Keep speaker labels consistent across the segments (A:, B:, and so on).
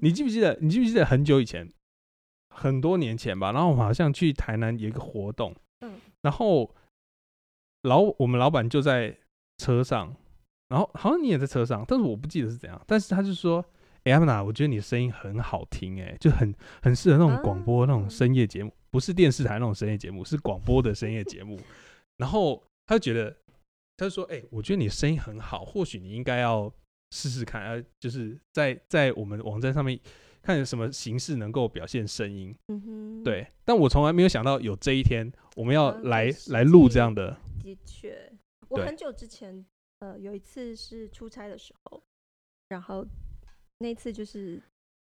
A: 你记不记得？你记不记得很久以前，很多年前吧？然后我们好像去台南有一个活动，
B: 嗯，
A: 然后老我们老板就在车上，然后好像你也在车上，但是我不记得是怎样。但是他就说：“哎、阿曼达，我觉得你的声音很好听、哎，就很很适合那种广播、那种
B: 啊
A: 深夜节目，不是电视台那种深夜节目，是广播的深夜节目。”然后他就觉得，他就说：“哎、我觉得你声音很好，或许你应该要试试看，呃，就是在在我们网站上面看有什么形式能够表现声音。”
B: 嗯哼，，
A: 对，但我从来没有想到有这一天，我们要
B: 嗯
A: 来、
B: 对实
A: 来录
B: 际
A: 这样的。
B: 的确，我
A: 对
B: 很久之前，呃，有一次是出差的时候，然后那次就是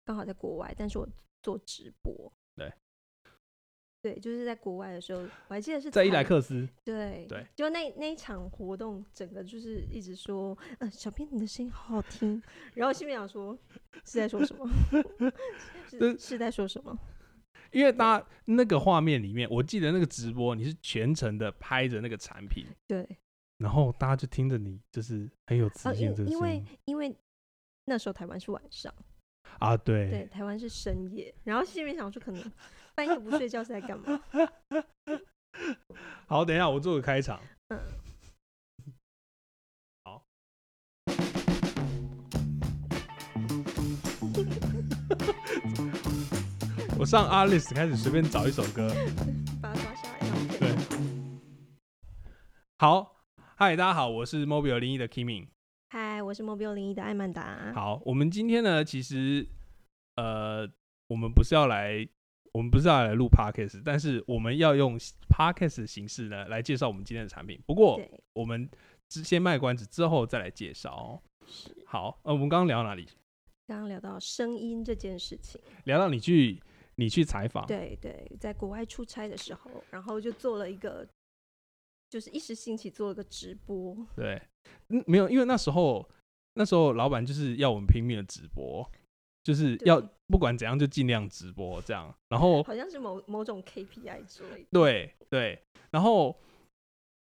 B: 刚好在国外，但是我做直播，
A: 对，
B: 对，就是在国外的时候，我还记得是
A: 在伊
B: 采
A: 莱克斯，
B: 对
A: 对，
B: 就那那一场活动，整个就是一直说，呃，小编你的声音好好听，然后心里想说是在说什 么，
A: 这
B: 是是在说什么？
A: 因为大家那个画面里面，我记得那个直播，你是全程的拍着那个产品，
B: 对，
A: 然后大家就听着你，就是很有磁
B: 呃，
A: 性的这
B: 因
A: 个
B: 因
A: 声
B: 为
A: 音
B: 因为那时候台湾是晚上，
A: 啊，对
B: 对，台湾是深夜，然后心里想说可能半夜不睡觉是在干嘛？
A: 好，等一下我做个开场。
B: 嗯
A: 好。我上 Alice 开始随便找一首歌。
B: 把它抓下来，然后可以
A: 对好，嗨，大家好，我是 Mobile 零一的 Kiming。
B: 嗨，我是 Mobile 零一的艾曼达。
A: 好，我们今天呢，其实呃，我们不是要来，我们不是要来录 podcast，但是我们要用 podcast 的形式呢来介绍我们今天的产品。不过
B: 对，
A: 我们之先卖关子，之后再来介绍哦。
B: 是
A: 好，呃，我们刚刚聊哪里？
B: 刚刚聊到声音这件事情，
A: 聊到你去你去采访，
B: 对对，在国外出差的时候，然后就做了一个，就是一时兴起做了个直播，
A: 对，嗯，没有，因为那时候那时候老板就是要我们拼命的直播，就是
B: 对
A: 要哦不管怎样就尽量直播这样，然后
B: 好像是某某种 KPI 之类的。
A: 对对，然后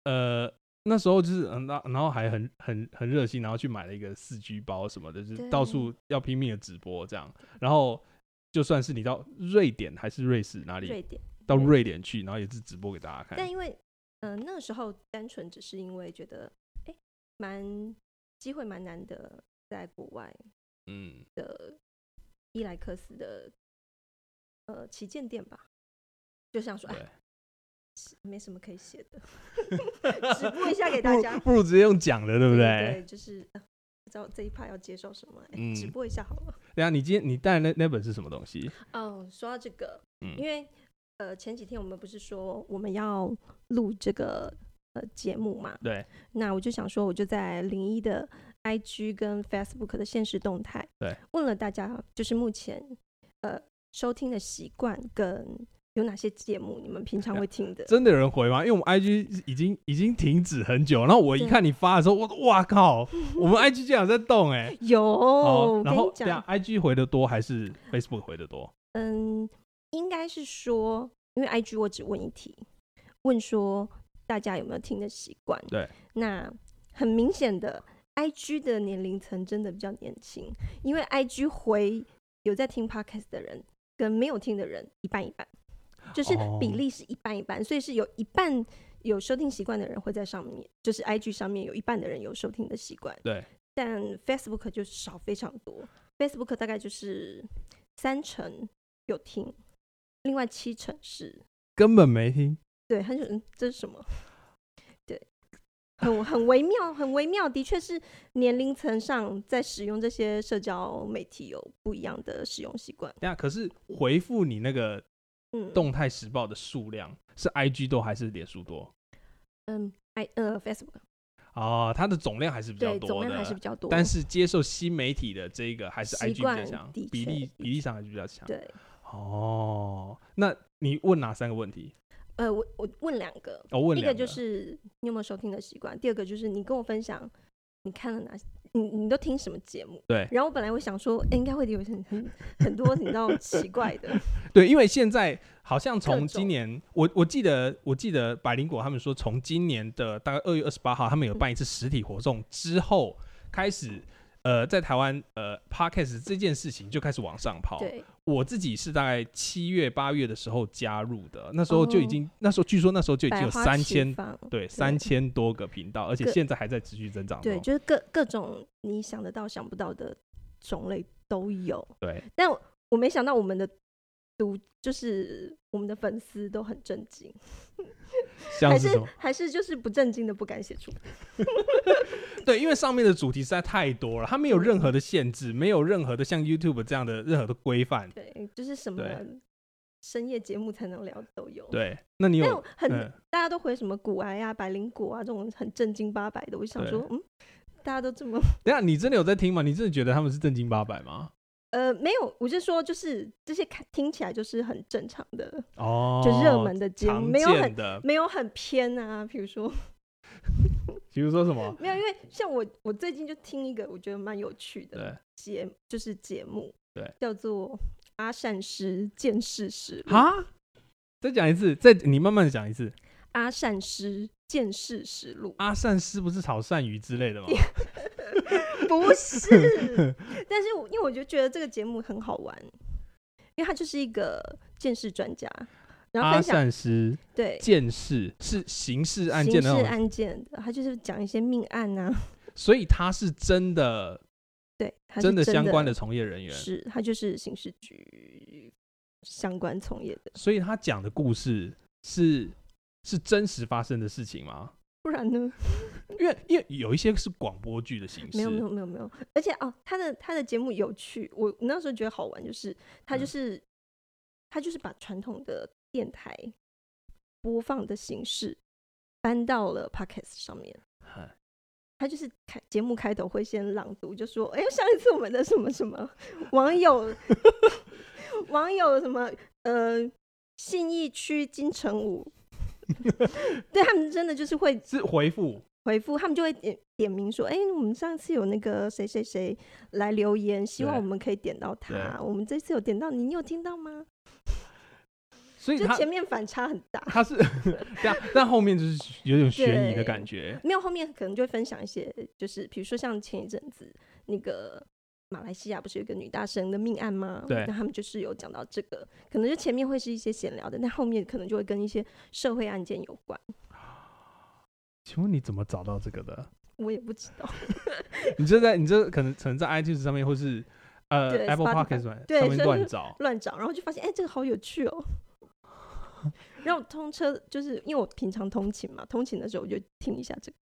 A: 呃那时候就是嗯，那然后还很很很热心，然后去买了一个四 G 包什么的，就是到
B: 对
A: 处要拼命的直播这样。然后就算是你到瑞典还是瑞士哪里，哎
B: 瑞典，
A: 到
B: 典
A: 瑞典去，然后也是直播给大家看
B: 但。因为嗯、呃那时候单纯只是因为觉得哎蛮机会蛮难得，在国外
A: 嗯，
B: 的伊莱克斯的呃旗舰店吧，就想说哎
A: 对。
B: 没什么可以写的，直播一下给大家
A: 不如，不如直接用讲的，对不
B: 对？
A: 对？
B: 对，就是呃不知道这一趴要介绍什么，哎
A: 嗯
B: 直播一下好了。
A: 对啊，你今天你带的那那本是什么东西？
B: 哦，说到这个，
A: 嗯
B: 因为呃前几天我们不是说我们要录这个呃节目嘛，
A: 对
B: 那我就想说，我就在零一的 IG 跟 Facebook 的现实动态，
A: 对，
B: 问了大家，就是目前呃收听的习惯跟有哪些节目你们平常会听的？
A: 真的有人回吗？因为我们 IG 已经已经停止很久，然后我一
B: 对
A: 看你发的时候，我 哇靠，我们 IG 竟然有在动哎、
B: 有，
A: 哦
B: 我，跟
A: 然
B: 你
A: 后这样
B: 讲，
A: IG 回的多还是 Facebook 回的多？
B: 嗯，应该是说，因为 IG 我只问一题，问说大家有没有听的习惯？
A: 对，
B: 那很明显的，IG 的年龄层真的比较年轻，因为 IG 回有在听 podcast 的人跟没有听的人一半一半，就是
A: 哦
B: 比例是一半一半，所以是有一半有收听习惯的人会在上面，就是 IG 上面有一半的人有收听的习惯，
A: 对，
B: 但 Facebook 就少非常多，Facebook 大概就是三成有听，另外七成是
A: 根本没听。
B: 对，他就嗯，这是什么？对，很很微妙，很微妙，的确是年龄层上在使用这些社交媒体有不一样的使用习惯。
A: 等一下可是回复你那个
B: 嗯，
A: 动态时报的数量是 IG 多还是脸书多？
B: 嗯，i 呃，Facebook
A: 哦，它的总量还是比较
B: 对
A: 多的，
B: 总量还是比较多，
A: 但是接受新媒体的这一个还是
B: 习
A: IG 比较
B: 惯
A: 强，
B: 的
A: 比
B: 确
A: 例
B: 的
A: 比例上还是比较强。
B: 对，
A: 哦，那你问哪三个问题？
B: 呃，我我问两个，
A: 我、问
B: 一
A: 两
B: 个就是你有没有收听的习惯，第二个就是你跟我分享你看了哪些。你你都听什么节目？
A: 对
B: 然后我本来会想说，哎，应该会有很很很多你知道奇怪 的，
A: 对，因为现在好像从
B: 各种
A: 今年，我我记得我记得百灵果他们说，
B: 嗯
A: 从今年的大概二月二十八号，他们有办一次实体活动之后，开始呃，在台湾呃 podcast 这件事情就开始往上跑。
B: 对，
A: 我自己是大概七月八月的时候加入的，那时候就已经，那时候据说那时候就已经
B: 哦百
A: 有
B: 花
A: 三
B: 齐
A: 千
B: 放
A: 对三千多个频道，而且
B: 各
A: 现在还在持续增长中
B: 对，。就是各各种你想得到、想不到的种类都有。
A: 对，
B: 但我我没想到我们的读就是我们的粉丝都很震惊，还
A: 像是什
B: 是
A: 么？
B: 还是就是不震惊的不敢写出来。
A: 对，因为上面的主题实在太多了，它没有任何的限制，没有任何的像 YouTube 这样的任何的规范。
B: 对，就是什么
A: 对
B: 深夜节目才能聊的都有。，
A: 对，那你
B: 但
A: 有
B: 我很、
A: 嗯
B: 大家都回什么骨癌啊、百灵果啊这种很正经八百的，我就想
A: 对
B: 说，嗯，大家都这么
A: 等一下你真的有在听吗？你真的觉得他们是正经八百吗？
B: 呃没有，我就说就是这些看听起来就是很正常的，
A: 哦，
B: 就热门的节目，
A: 常
B: 没有很
A: 见的，
B: 没有很偏啊，比如说
A: 比如说什 么？
B: 没有，因为像我我最近就听一个我觉得蛮有趣的
A: 对
B: 节，就是节目，
A: 对，
B: 叫做。阿善师见事实录，
A: 啊，再讲一次，再你慢慢讲一次。
B: 阿善师见事实 录，
A: 阿善师不是炒鳝鱼之类的吗？
B: 不是，但是我因为我就觉得这个节目很好玩，因为他就是一个见识专家，然后
A: 阿
B: 分享
A: 善师
B: 对
A: 见识是刑事案
B: 刑
A: 件
B: 事
A: 的那种，
B: 案件的，他就是讲一些命案啊，
A: 所以他是真的
B: 对，他是
A: 真的
B: 的
A: 相关的从业人员，
B: 是他就是刑事局相关从业的，
A: 所以他讲的故事是是真实发生的事情吗？
B: 不然呢？
A: 因为因为有一些是广播剧的形式，
B: 没有没有没有没有，而且哦，他的他的节目有趣，我我那时候觉得好玩，就是他就
A: 嗯
B: 是、他就是把传统的电台播放的形式搬到了 podcast 上面。
A: 嗨
B: 他就是开节目开头会先朗读，就说：“哎、上一次我们的什么什么网友网友什么呃信义区金城武， 对他们真的就是会
A: 是回复
B: 回复，他们就会点点名说：“哎、我们上次有那个谁谁谁来留言，希望
A: 对
B: 我们可以点到他。
A: 对
B: 我们这次有点到你，你有听到吗
A: 所？”以
B: 就
A: 嗯他
B: 前面反差很大，
A: 他是这样，但后面就是有点悬疑的感觉。
B: 没有后面可能就会分享一些，就是比如说像前一阵子那个马来西亚不是有一个女大生的命案吗？
A: 对
B: 那他们就是有讲到这个，可能就前面会是一些闲聊的，但后面可能就会跟一些社会案件有关。
A: 请问你怎么找到这个的？
B: 我也不知道，
A: 你就在你这可能可能在 iTunes 上面，或是呃
B: 对
A: Apple
B: Spotify
A: Podcast 上
B: 对
A: 上面
B: 所以
A: 乱
B: 就
A: 找，
B: 乱找，然后就发现哎、这个好有趣 哦。然后我通车就是因为我平常通勤嘛，通勤的时候我就听一下这个。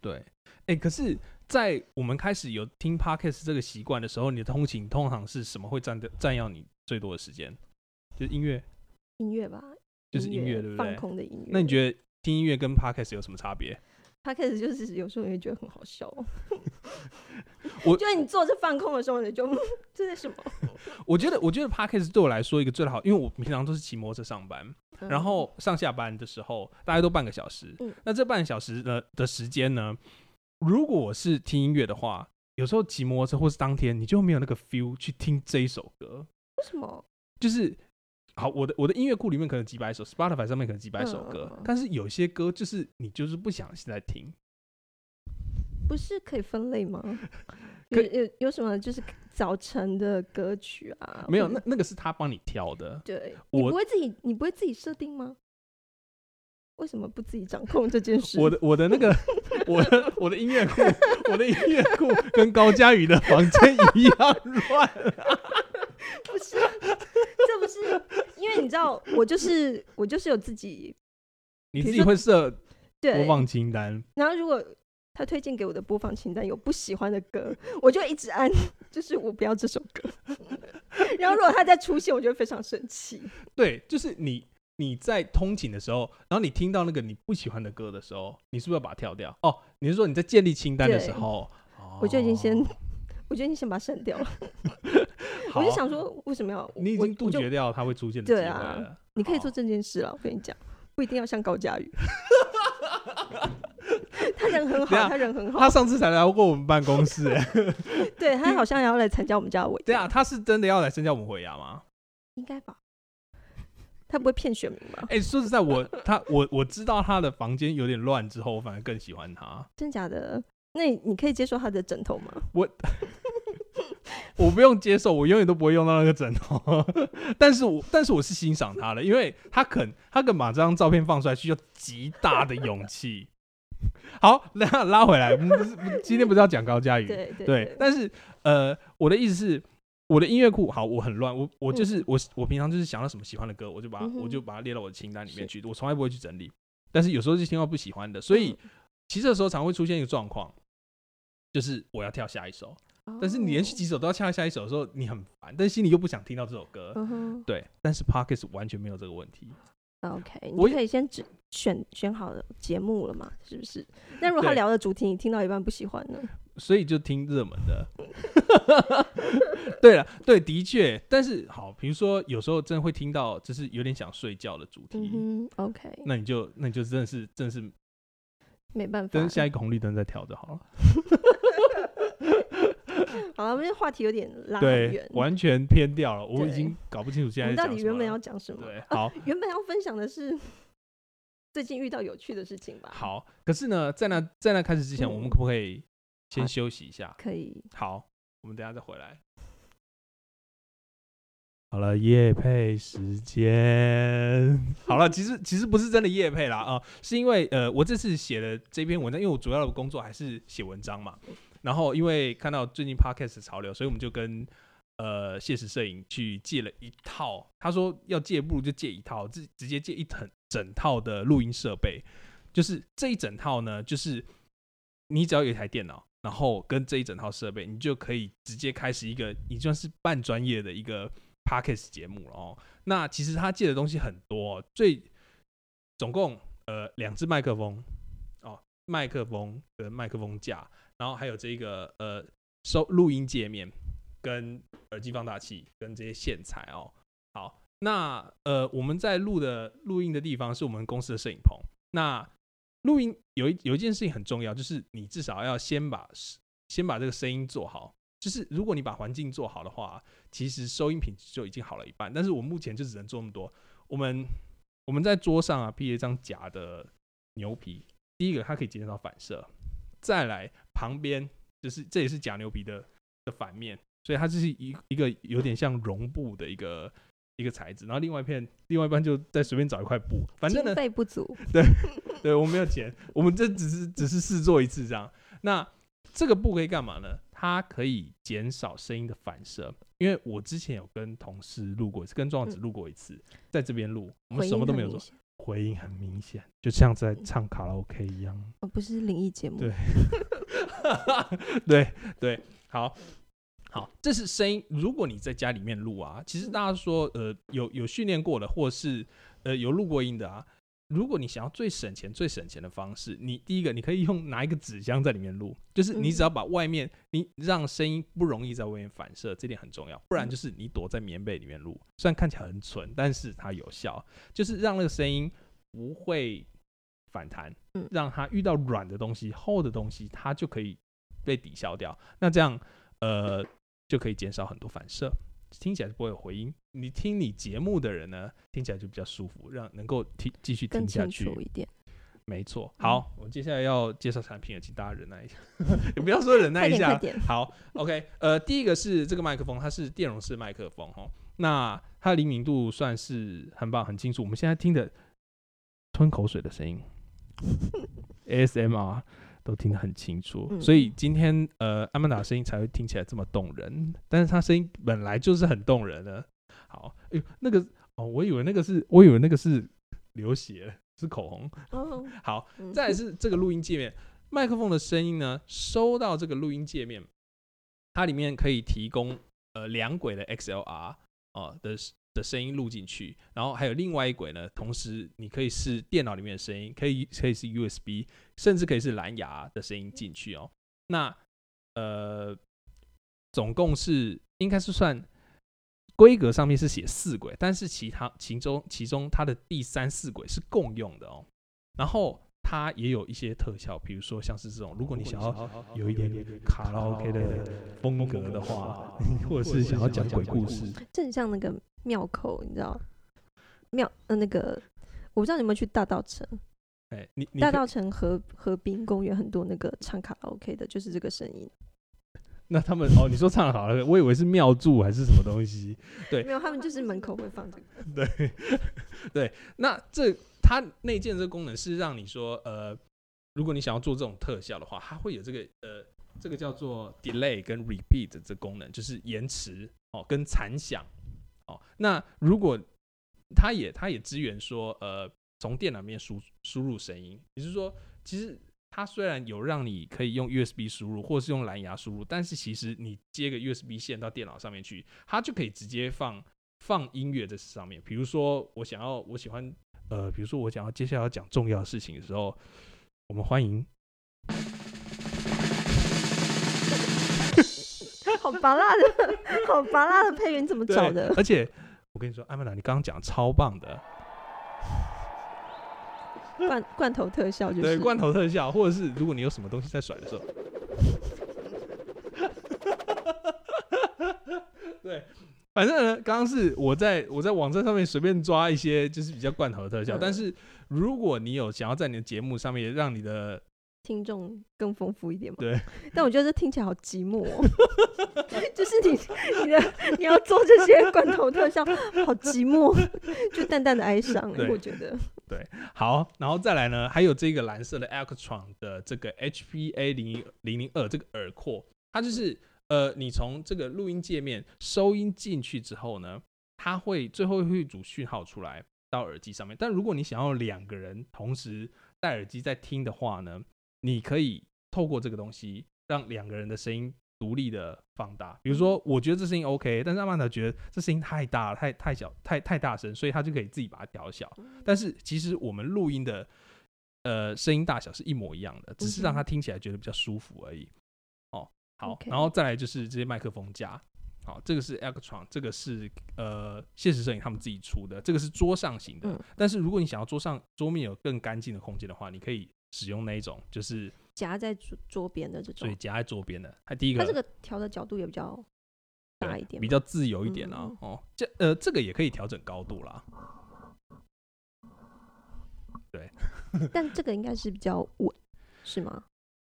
A: 对，哎、可是，在我们开始有听 podcast 这个习惯的时候，你的通勤通常是什么会占的占要你最多的时间？就是音乐，
B: 音乐吧，
A: 就是音乐，
B: 乐，
A: 对不
B: 放
A: 对？
B: 空的音乐。
A: 那你觉得听音乐跟 podcast 有什么差别？
B: 他开始就是有时候你会觉得很好笑哦，
A: 我
B: 就是你坐着放空的时候，你就 这是什么？
A: 我觉得，我觉得 podcast 对我来说一个最好，因为我平常都是骑摩托车上班，
B: 嗯
A: 然后上下班的时候大概都半个小时。
B: 嗯
A: 那这半个小时的的时间呢，如果我是听音乐的话，有时候骑摩托车或是当天，你就没有那个 feel 去听这一首歌。
B: 为什么？
A: 就是好，我的我的音乐库里面可能几百首，Spotify 上面可能几百首歌，
B: 嗯嗯嗯
A: 但是有些歌就是你就是不想现在听，
B: 不是可以分类吗？
A: 可
B: 有有有什么就是早晨的歌曲啊？
A: 没有
B: 或者
A: 那那个是他帮你挑的。
B: 对，
A: 我
B: 你不会自己你不会自己设定吗？为什么不自己掌控这件事？
A: 我的我的 那个我的我的音乐库，我的音乐库跟高佳宇的房间一样 乱。
B: 不是，这不是，因为你知道，我就是 我就是有自己
A: 你自己会设播
B: 对，
A: 放清单，
B: 然后如果他推荐给我的播放清单有不喜欢的歌， 我就一直按，就是我不要这首歌。 然后如果他再出现，我就会非常生气。
A: 对，就是你你在通勤的时候，然后你听到那个你不喜欢的歌的时候，你是不是要把它跳掉？哦，你是说你在建立清单的
B: 对
A: 时候，
B: 我就已经先
A: 哦，
B: 我觉得你先把它删掉了。
A: 好
B: 我就想说，为什么要？
A: 你已
B: 我
A: 经杜，
B: 我就
A: 绝掉它会出现的机会
B: 对啊
A: 了。
B: 你可以做
A: 好
B: 这件事了。我跟你讲，不一定要像高 佳宇。 他人很
A: 等一下
B: 好，他人很好
A: 他，上次才来过我们办公室、欸，
B: 对他好像也要来参加我们家的尾
A: 对
B: 牙，
A: 啊，他是真的要来参加我们回牙吗？
B: 应该吧？他不会骗选民吧？
A: 哎、说实在我，他我我知道他的房间有点乱之后，我反而更喜欢他。
B: 真假的？那你你可以接受他的枕头吗？
A: 我不用接受，我永远都不会用到那个枕头。 但是我但是我是欣赏他的，因为他肯他肯把这张照片放出来，需要极大的勇气。 好，那拉回来，我们嗯不是今天不是要讲高佳宇？
B: 对对
A: 嗯对，但是呃，我的意思是，我的音乐库好，我很乱，我我就是、我我平常就是想到什么喜欢的歌，我就把
B: 嗯
A: 它、
B: 嗯哼
A: 我就把它列到我的清单里面去，我从来不会去整理。但是有时候就听到不喜欢的，所
B: 嗯
A: 以、其实这时候常会出现一个状况，就是我要跳下一首，
B: 嗯
A: 但是你连续，几首都要跳下一首的时候，你很烦，但心里又不想听到这首歌。
B: 哦嗯
A: 对，但是 Pockets 完全没有这个问题。
B: 哼 OK，
A: 我
B: 你
A: 也
B: 可以先只选选好的节目了嘛？是不是？那如果他
A: 对
B: 聊的主题你听到一半不喜欢呢？
A: 所以就听热门的。 对了，对，的确，但是好，比如说有时候真的会听到，就是有点想睡觉的主题，
B: 嗯哼，OK，
A: 那你就那你就真的是真的是
B: 没办法
A: 等。下一个红绿灯再调就好了。
B: 好了，我们这话题有点拉很
A: 对
B: 远，。
A: 完全偏掉了，我已
B: 对
A: 经搞不清楚现
B: 我
A: 在
B: 们
A: 在
B: 到
A: 讲
B: 底
A: 什么
B: 原本
A: 了
B: 要讲什么？
A: 对好。
B: 原本要分享的是最近遇到有趣的事情吧？，
A: 好，可是呢，在那在那开始之前，
B: 嗯
A: 我们可不可以先
B: 好
A: 休息一下？
B: 可以。
A: 好，我们等一下再回来。好了，夜配时间。好了，其实其实不是真的夜配啦啊、是因为呃，我这次写的这篇文章，因为我主要的工作还是写文章嘛，然后因为看到最近 podcast 的潮流，所以我们就跟呃现实摄影去借了一套，他说要借不如就借一套，直直接借一整整套的录音设备，就是这一整套呢，就是你只要有一台电脑，然后跟这一整套设备，你就可以直接开始一个，你算是半专业的一个 podcast 节目了哦。那其实他借的东西很多、哦，最总共呃两只麦克风哦，麦克风跟麦克风架，然后还有这个呃收录音界面跟耳机放大器跟这些线材哦。好，那呃我们在录的录音的地方是我们公司的摄影棚。那录音有一有一件事情很重要，就是你至少要先把先把这个声音做好。就是如果你把环境做好的话，其实收音品质就已经好了一半。但是我目前就只能做那么多。我们我们在桌上啊，披了一张假的牛皮。第一个，它可以减少反射；再来，旁边就是这也是假牛皮的的反面，所以它就是一一个有点像绒布的一个一个材质。然后另外一片，另外一半就再随便找一块布，反正呢
B: 经，费不足，
A: 对我没有钱，我们这只是只是试做一次这样。那这个布可以干嘛呢？它可以减少声音的反射，因为我之前有跟同事录过一次，跟庄老师录过一次，在这边录，我
B: 嗯
A: 们
B: 回
A: 什么
B: 音
A: 都
B: 很
A: 没有
B: 明
A: 做，
B: 显
A: 回音很明显，就像在唱卡拉 OK 一样。
B: 哦，不是灵异节目，
A: 对 对对，好好，这是声音。如果你在家里面录啊，其实大家说，呃，有有训练过的，或是呃有录过音的啊，如果你想要最省钱、最省钱的方式，你第一个你可以用拿一个纸箱在里面录，就是你只要把外面、你让声音不容易在外面反射，这点很重要。不然就是你躲在棉被里面录，虽然看起来很蠢，但是它有效，就是让那个声音不会反弹
B: 嗯，
A: 让它遇到软的东西、厚的东西，它就可以被抵消掉。那这样，呃，就可以减少很多反射，听起来就不会有回音。你听你节目的人呢，听起来就比较舒服，让能够听继续
B: 更
A: 听下
B: 清
A: 去
B: 楚。一点。
A: 没错。
B: 嗯
A: 好，我接下来要介绍产品了，请大家忍耐一下， 也不要说忍耐
B: 快
A: 一
B: 点快
A: 下。
B: 点，
A: 好，OK，呃，第一个是这个麦克风，它是电容式麦克风哦，那它的灵敏度算是很棒，很清楚。我们现在听的吞口水的声音 ASMR 都听得很清楚，
B: 嗯
A: 所以今天呃，阿曼达的声音才会听起来这么动人，但是他声音本来就是很动人的。好，哎、呦，那个哦，我以为那个是，我以为那个是流血，是口红。
B: 哦，
A: 好，
B: 嗯
A: 再来是这个录音界面，麦克风的声音呢，收到这个录音界面，它里面可以提供呃两轨的 XLR 啊、呃的的声音录进去，然后还有另外一轨呢，同时你可以是电脑里面的声音，可以可以是 USB，甚至可以是蓝牙的声音进去哦。那呃，总共是应该是算规格上面是写四轨，但是其他其中其中它的第三四轨是共用的哦。然后它也有一些特效，比如说像是这种，如果你想要有一点卡拉 OK 的风格的话， 或者是想要讲鬼故事，
B: 正像那个庙口，你知道，庙呃那个，我不知道你有没有去大道城，
A: 哎，你你
B: 大
A: 可
B: 道城河河滨公园很多那个唱卡拉 OK 的，就是这个声音。
A: 那他们哦，你说唱好了，我以为是妙祝还是什么东西。对
B: 没有，他们就是门口会放这个。
A: 对对，那这它内建这个功能是让你说，呃，如果你想要做这种特效的话，它会有这个呃，这个叫做 delay 跟 repeat 的这功能，就是延迟哦跟残响哦。那如果它也它也支援说，呃，从电脑里面输输入声音，也就是说，其实。它虽然有让你可以用 USB 输入，或是用蓝牙输入，但是其实你接个 USB 线到电脑上面去，它就可以直接放放音乐在上面。比如说，我想要我喜欢呃，比如说我想要接下来要讲重要的事情的时候，我们 欢迎
B: 好拔辣的， 好拔辣的配乐，你怎么
A: 对
B: 找的？
A: 而且我跟你说，艾曼达，你刚刚讲超棒的，
B: 罐罐头特效就是
A: 对，罐头特效，或者是如果你有什么东西在甩的时候，对，反正呢，刚刚是我在我在网站上面随便抓一些就是比较罐头的特效，
B: 嗯
A: 但是如果你有想要在你的节目上面让你的
B: 听众更丰富一点嘛。
A: 对。
B: 但我觉得这听起来好寂寞哦， 就是你你的 你要做这些罐头特效，好寂寞， 就淡淡的哀伤、哎
A: 对
B: 我觉得
A: 好，然后再来呢，还有这个蓝色的 Actron 的这个 HPA 零一零零二这个耳廓，它就是呃，你从这个录音界面收音进去之后呢，它会最后会有一组讯号出来到耳机上面。但如果你想要两个人同时戴耳机在听的话呢，你可以透过这个东西让两个人的声音。独立的放大，比如说，我觉得这声音 OK，但是阿曼达觉得这声音太大了，太太小，太太大声，所以他就可以自己把它调小。但是其实我们录音的呃声音大小是一模一样的，只是让
B: 嗯哼
A: 它听起来觉得比较舒服而已。哦，好
B: OK
A: 然后再来就是这些麦克风架，好，这个是 Electron，这个是呃现实摄影他们自己出的，这个是桌上型的。
B: 嗯
A: 但是如果你想要桌上桌面有更干净的空间的话，你可以使用那一种，就是
B: 夹在桌桌边的这
A: 所以
B: 种，
A: 夹在桌边的。它第一个
B: 哦它这个调的角度也比较大一点嘛，
A: 比较自由一点啊。
B: 嗯
A: 哦，这呃，这个也可以调整高度啦。
B: 但这个应该是比较稳，是吗？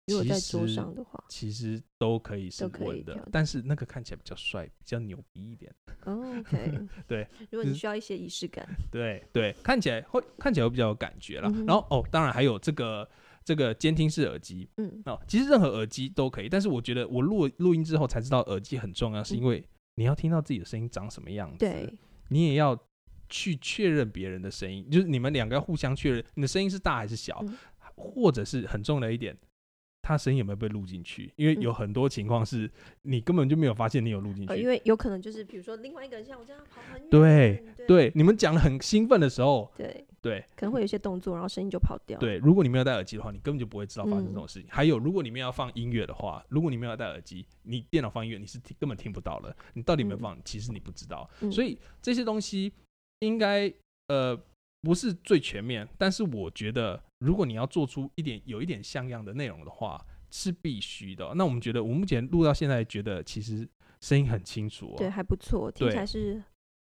B: 如果
A: 其
B: 在桌
A: 实
B: 上的话，
A: 其实都可以是
B: 都可以
A: 稳
B: 调
A: 的
B: 整，
A: 但是那个看起来比较帅，比较牛逼一点。
B: 哦 OK，
A: 对，
B: 如果你
A: 就是
B: 需要一些仪式感，
A: 对对，看起来会看起来会比较有感觉啦。
B: 嗯哼
A: 然后哦，当然还有这个这个监听式耳机
B: 嗯，
A: 哦，其实任何耳机都可以，但是我觉得我录录音之后才知道耳机很重要，是因为你要听到自己的声音长什么样子，
B: 嗯对，
A: 你也要去确认别人的声音，就是你们两个要互相确认你的声音是大还是小，
B: 嗯
A: 或者是很重要的一点。他声音有没有被录进去？因为有
B: 嗯
A: 很多情况是你根本就没有发现你有录进去，
B: 呃，因为有可能就是比如说另外一个人像我这样跑很远，
A: 对
B: 对
A: 对，你们讲的很兴奋的时候，
B: 对，
A: 对
B: 可能会有一些动作，然后声音就跑掉，
A: 对，如果你没有戴耳机的话，你根本就不会知道发生这
B: 嗯
A: 种事情。还有，如果你们要放音乐的话，如果你没有戴耳机，你电脑放音乐你是听根本听不到的。你到底有没有
B: 嗯
A: 放，其实你不知道。
B: 嗯
A: 所以这些东西应该呃不是最全面，但是我觉得如果你要做出一点有一点像样的内容的话，是必须的。那我们觉得，我目前录到现在，觉得其实声音很清楚、哦，
B: 对，还不错，听起
A: 对
B: 来是，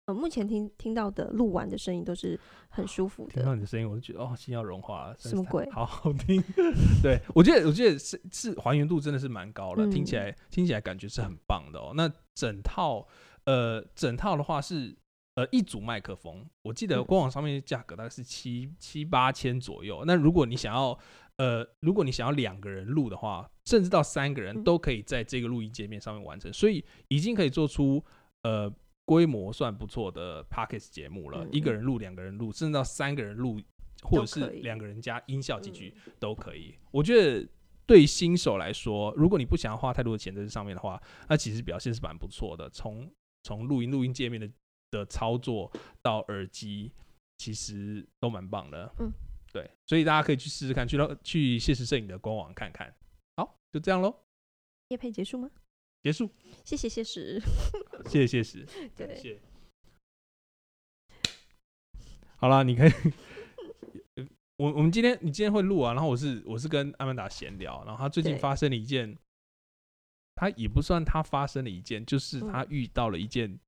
B: 呃，目前听听到的录完的声音都是很舒服
A: 听到
B: 的，
A: 你的声音，我就觉得哦，心要融化了。真
B: 什么
A: 是太
B: 鬼
A: 好好听， 对我觉得，我觉得是是还原度真的是蛮高了，听起
B: 嗯
A: 来听起来感觉是很棒的哦。那整套呃，整套的话是呃一组麦克风，我记得
B: 嗯
A: 官网上面的价格大概是七七八千左右。那如果你想要呃，如果你想要两个人录的话，甚至到三个人
B: 嗯
A: 都可以在这个录音界面上面完成，所以已经可以做出呃规模算不错的 p o c k e t 节目了。
B: 嗯
A: 一个人录，两个人录，甚至到三个人录，或者是
B: 都可以
A: 两个人加音效进去
B: 嗯
A: 都可以。我觉得对新手来说，如果你不想要花太多的钱在这上面的话，那其实表现是蛮不错的。从从录音录音界面的的操作到耳机，其实都蛮棒的。
B: 嗯，
A: 对，所以大家可以去试试看，去到去现实摄影的官网看看。好，就这样喽，
B: 夜配结束吗？
A: 结束，
B: 谢谢谢谢，
A: 谢谢谢谢。感
B: 对，
A: 谢。好啦，你可以， 呃我我们今天你今天会录啊，然后我是我是跟阿曼达闲聊，然后他最近
B: 对
A: 发生了一件，他也不算他发生了一件，就是他遇到了一件
B: 嗯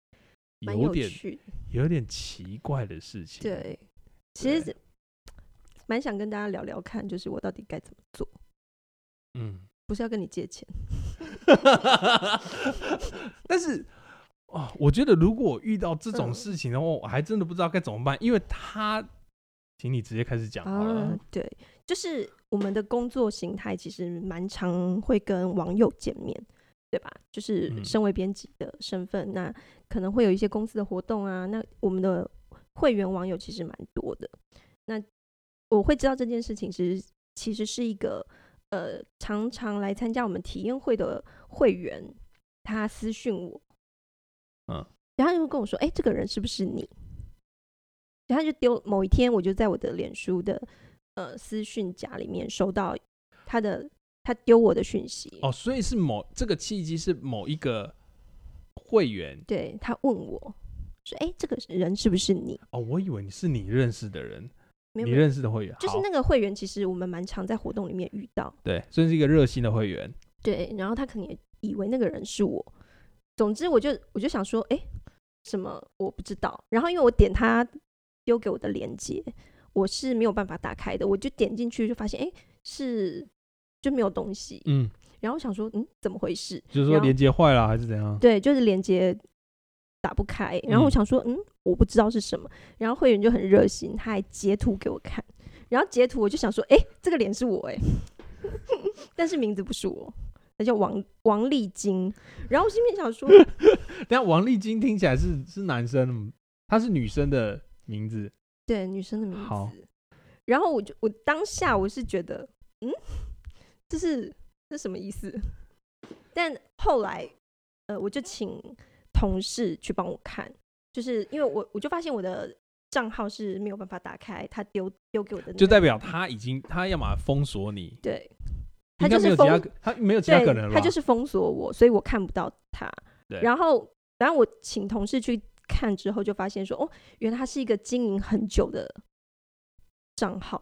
B: 蛮
A: 有点
B: 趣的，
A: 有点奇怪的事情。
B: 对，其实蛮想跟大家聊聊看，就是我到底该怎么做，
A: 嗯，
B: 不是要跟你借钱，
A: 但是哦，我觉得如果遇到这种
B: 嗯
A: 事情的话，我还真的不知道该怎么办，因为他，请你直接开始讲好了
B: 啊，，对，就是我们的工作形态其实蛮常会跟网友见面，对吧？就是
A: 嗯
B: 身为编辑的身份，那可能会有一些公司的活动啊，那我们的会员网友其实蛮多的。那我会知道这件事情，其实其实是一个呃，常常来参加我们体验会的会员，他私讯我，
A: 嗯，
B: 然后他就跟我说，哎、这个人是不是你？然后他就丢某一天，我就在我的脸书的呃私讯夹里面收到他的他丢我的讯息，
A: 哦，所以是某这个契机是某一个会员
B: 对他问我说，哎、这个人是不是你？
A: 哦，我以为你是你认识的人，
B: 没有
A: 你
B: 没有，
A: 认识的会员，
B: 就是
A: 好
B: 那个会员，其实我们蛮常在活动里面遇到，
A: 对，所以是一个热心的会员，
B: 对，然后他可能也以为那个人是我。总之，我就我就想说，哎、什么我不知道。然后因为我点他丢给我的链接，我是没有办法打开的，我就点进去就发现，哎、是就没有东西。
A: 嗯，
B: 然后我想说，嗯，怎么回事？
A: 就是说
B: 然后
A: 连接坏了还是怎样？
B: 对，就是连接打不开。然后我
A: 嗯
B: 想说，嗯，我不知道是什么。然后会员就很热心，他还截图给我看。然后截图我就想说，哎、这个脸是我哎、 但是名字不是我，那叫王王丽晶。然后我心里面想说，
A: 但王丽晶听起来是是男生，她是女生的名字，
B: 对，女生的名
A: 好
B: 字。然后我就我当下我是觉得，嗯，这是这什么意思？但后来，呃，我就请同事去帮我看，就是因为我我就发现我的账号是没有办法打开，他丢丢给我的那个，
A: 就代表他已经他要么封锁你，
B: 对，他
A: 应该
B: 就
A: 没有
B: 是
A: 其
B: 封
A: 他他没有其他可能
B: 对，
A: 了吧，
B: 他就是封锁我，所以我看不到他。
A: 对
B: 然后，然后我请同事去看之后，就发现说，哦，原来他是一个经营很久的账号，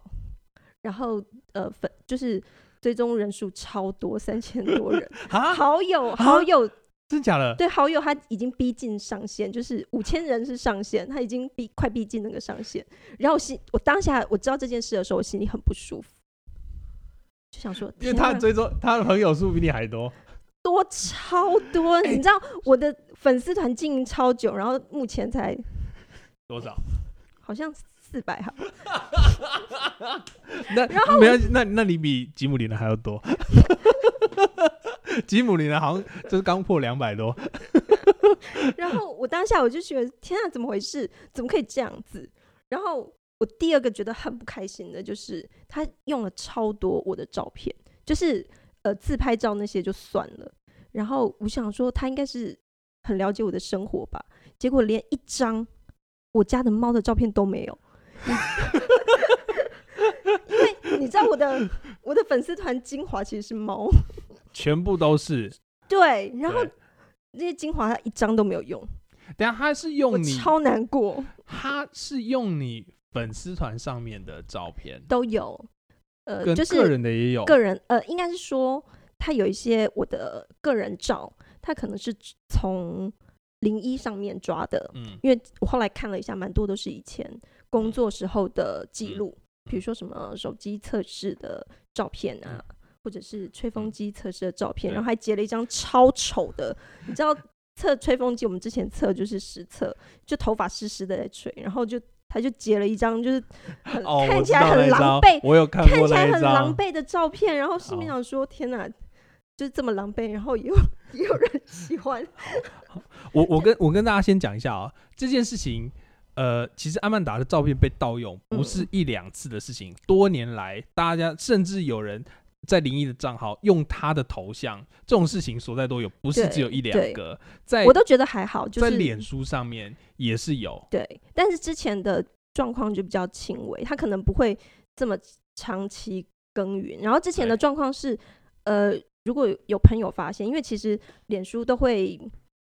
B: 然后呃，粉就是追踪人数超多，三千多人，
A: 啊，
B: 好友好友
A: 真假的？
B: 对好友他已经逼近上限，就是五千人是上限，他已经逼快逼近那个上限。然后我心我当下我知道这件事的时候，我心里很不舒服，就想说，
A: 因为
B: 天啊
A: 他
B: 哪
A: 的追踪他的朋友数比你还多，
B: 多超多，
A: 哎
B: 你知道我的粉丝团经营超久，然后目前才
A: 多少？
B: 好像四百哈，
A: 那
B: 然后
A: 没有，那那你比吉姆林的还要多。 吉姆林的好像就是刚破两百多，
B: 然后我当下我就觉得天啊，怎么回事？怎么可以这样子？然后我第二个觉得很不开心的就是他用了超多我的照片，就是呃自拍照那些就算了，然后我想说他应该是很了解我的生活吧，结果连一张我家的猫的照片都没有。嗯 因为你知道我的我的粉丝团精华其实是猫，
A: 全部都是。
B: 对，然后
A: 对
B: 这些精华它一张都没有用，
A: 等一下他是
B: 我
A: 用你，
B: 超难过。
A: 他是用你粉丝团上面的照片，
B: 都有，呃，
A: 跟
B: 就是
A: 个人的也有，
B: 个人呃，应该是说他有一些我的个人照，他可能是从零一上面抓的。
A: 嗯
B: 因为我后来看了一下，蛮多都是以前工作时候的
A: 嗯
B: 记录，比如说什么手机测试的照片啊，或者是吹风机测试的照片，
A: 嗯对
B: 然后还截了一张超丑的，你知道测吹风机，我们之前测就是实测，就头发湿湿的在吹，然后就他就截了一张就是很、
A: 哦，我
B: 看
A: 知
B: 起来
A: 道那
B: 很
A: 一
B: 狼
A: 张
B: 狈，
A: 我有看
B: 看
A: 过
B: 起
A: 那
B: 来
A: 一
B: 很狼
A: 张，
B: 狈的照片，然后心里
A: 好
B: 想说：天哪，就是这么狼狈，然后也有 也有人喜欢，
A: 我我跟我跟大家先讲一下啊，这件事情，呃，其实阿曼达的照片被盗用
B: 嗯
A: 不是一两次的事情，多年来大家甚至有人在灵异的账号用他的头像，这种事情所在多有，不是
B: 对
A: 只有一两
B: 对
A: 个，在
B: 我都觉得还好，就
A: 哎在
B: 是
A: 脸书上面也是有，
B: 对，但是之前的状况就比较轻微，他可能不会这么长期耕耘。然后之前的
A: 对
B: 状况是，呃，如果有朋友发现，因为其实脸书都会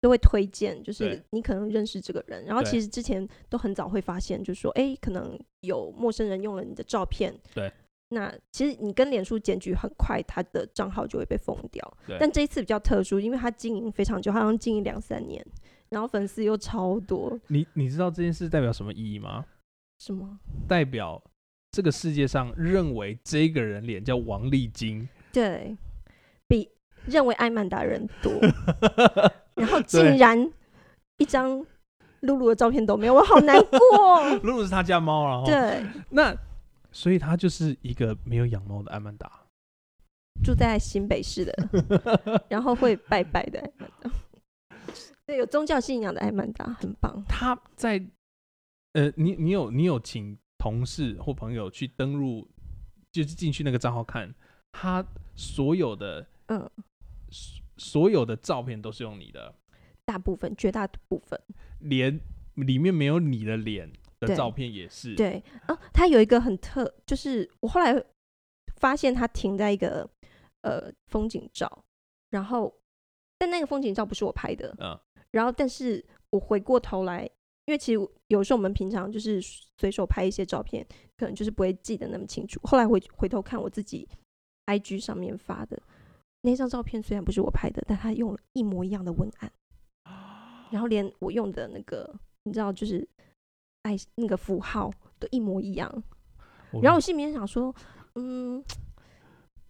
B: 都会推荐，就是
A: 对
B: 你可能认识这个人，然后
A: 对
B: 其实之前都很早会发现，就说，哎，可能有陌生人用了你的照片，
A: 对。
B: 那其实你跟脸书检举，很快他的账号就会被封掉
A: 对。
B: 但这一次比较特殊，因为他经营非常久，他好像经营两三年，然后粉丝又超多，
A: 你你知道这件事代表什么意义吗？
B: 什么？
A: 代表这个世界上认为这个人脸叫王丽晶，
B: 对，比认为艾曼达人 多，然后
A: 对
B: 竟然一张露露的照片都没有，我好难 过哦。
A: 露露是他家猫然后
B: 对，
A: 那所以他就是一个没有养猫的艾曼达。
B: 住在新北市的， 然后会拜拜的艾曼达，对，有宗教信仰的艾曼达很棒。
A: 他在呃，你你有你有请同事或朋友去登录，就是进去那个账号看，他所有的
B: 嗯，
A: 所所有的照片都是用你的，
B: 大部分，绝大部分，
A: 连里面没有你的脸的
B: 对
A: 照片也是。
B: 对啊，他有一个很特，就是我后来发现他停在一个呃风景照，然后但那个风景照不是我拍的，
A: 嗯
B: 然后但是我回过头来，因为其实有时候我们平常就是随手拍一些照片，可能就是不会记得那么清楚。后来回回头看我自己 IG 上面发的那张照片，虽然不是我拍的，但他用了一模一样的文案，然后连我用的那个你知道就是爱那个符号都一模一样。
A: 我
B: 然后我心里面想说，嗯，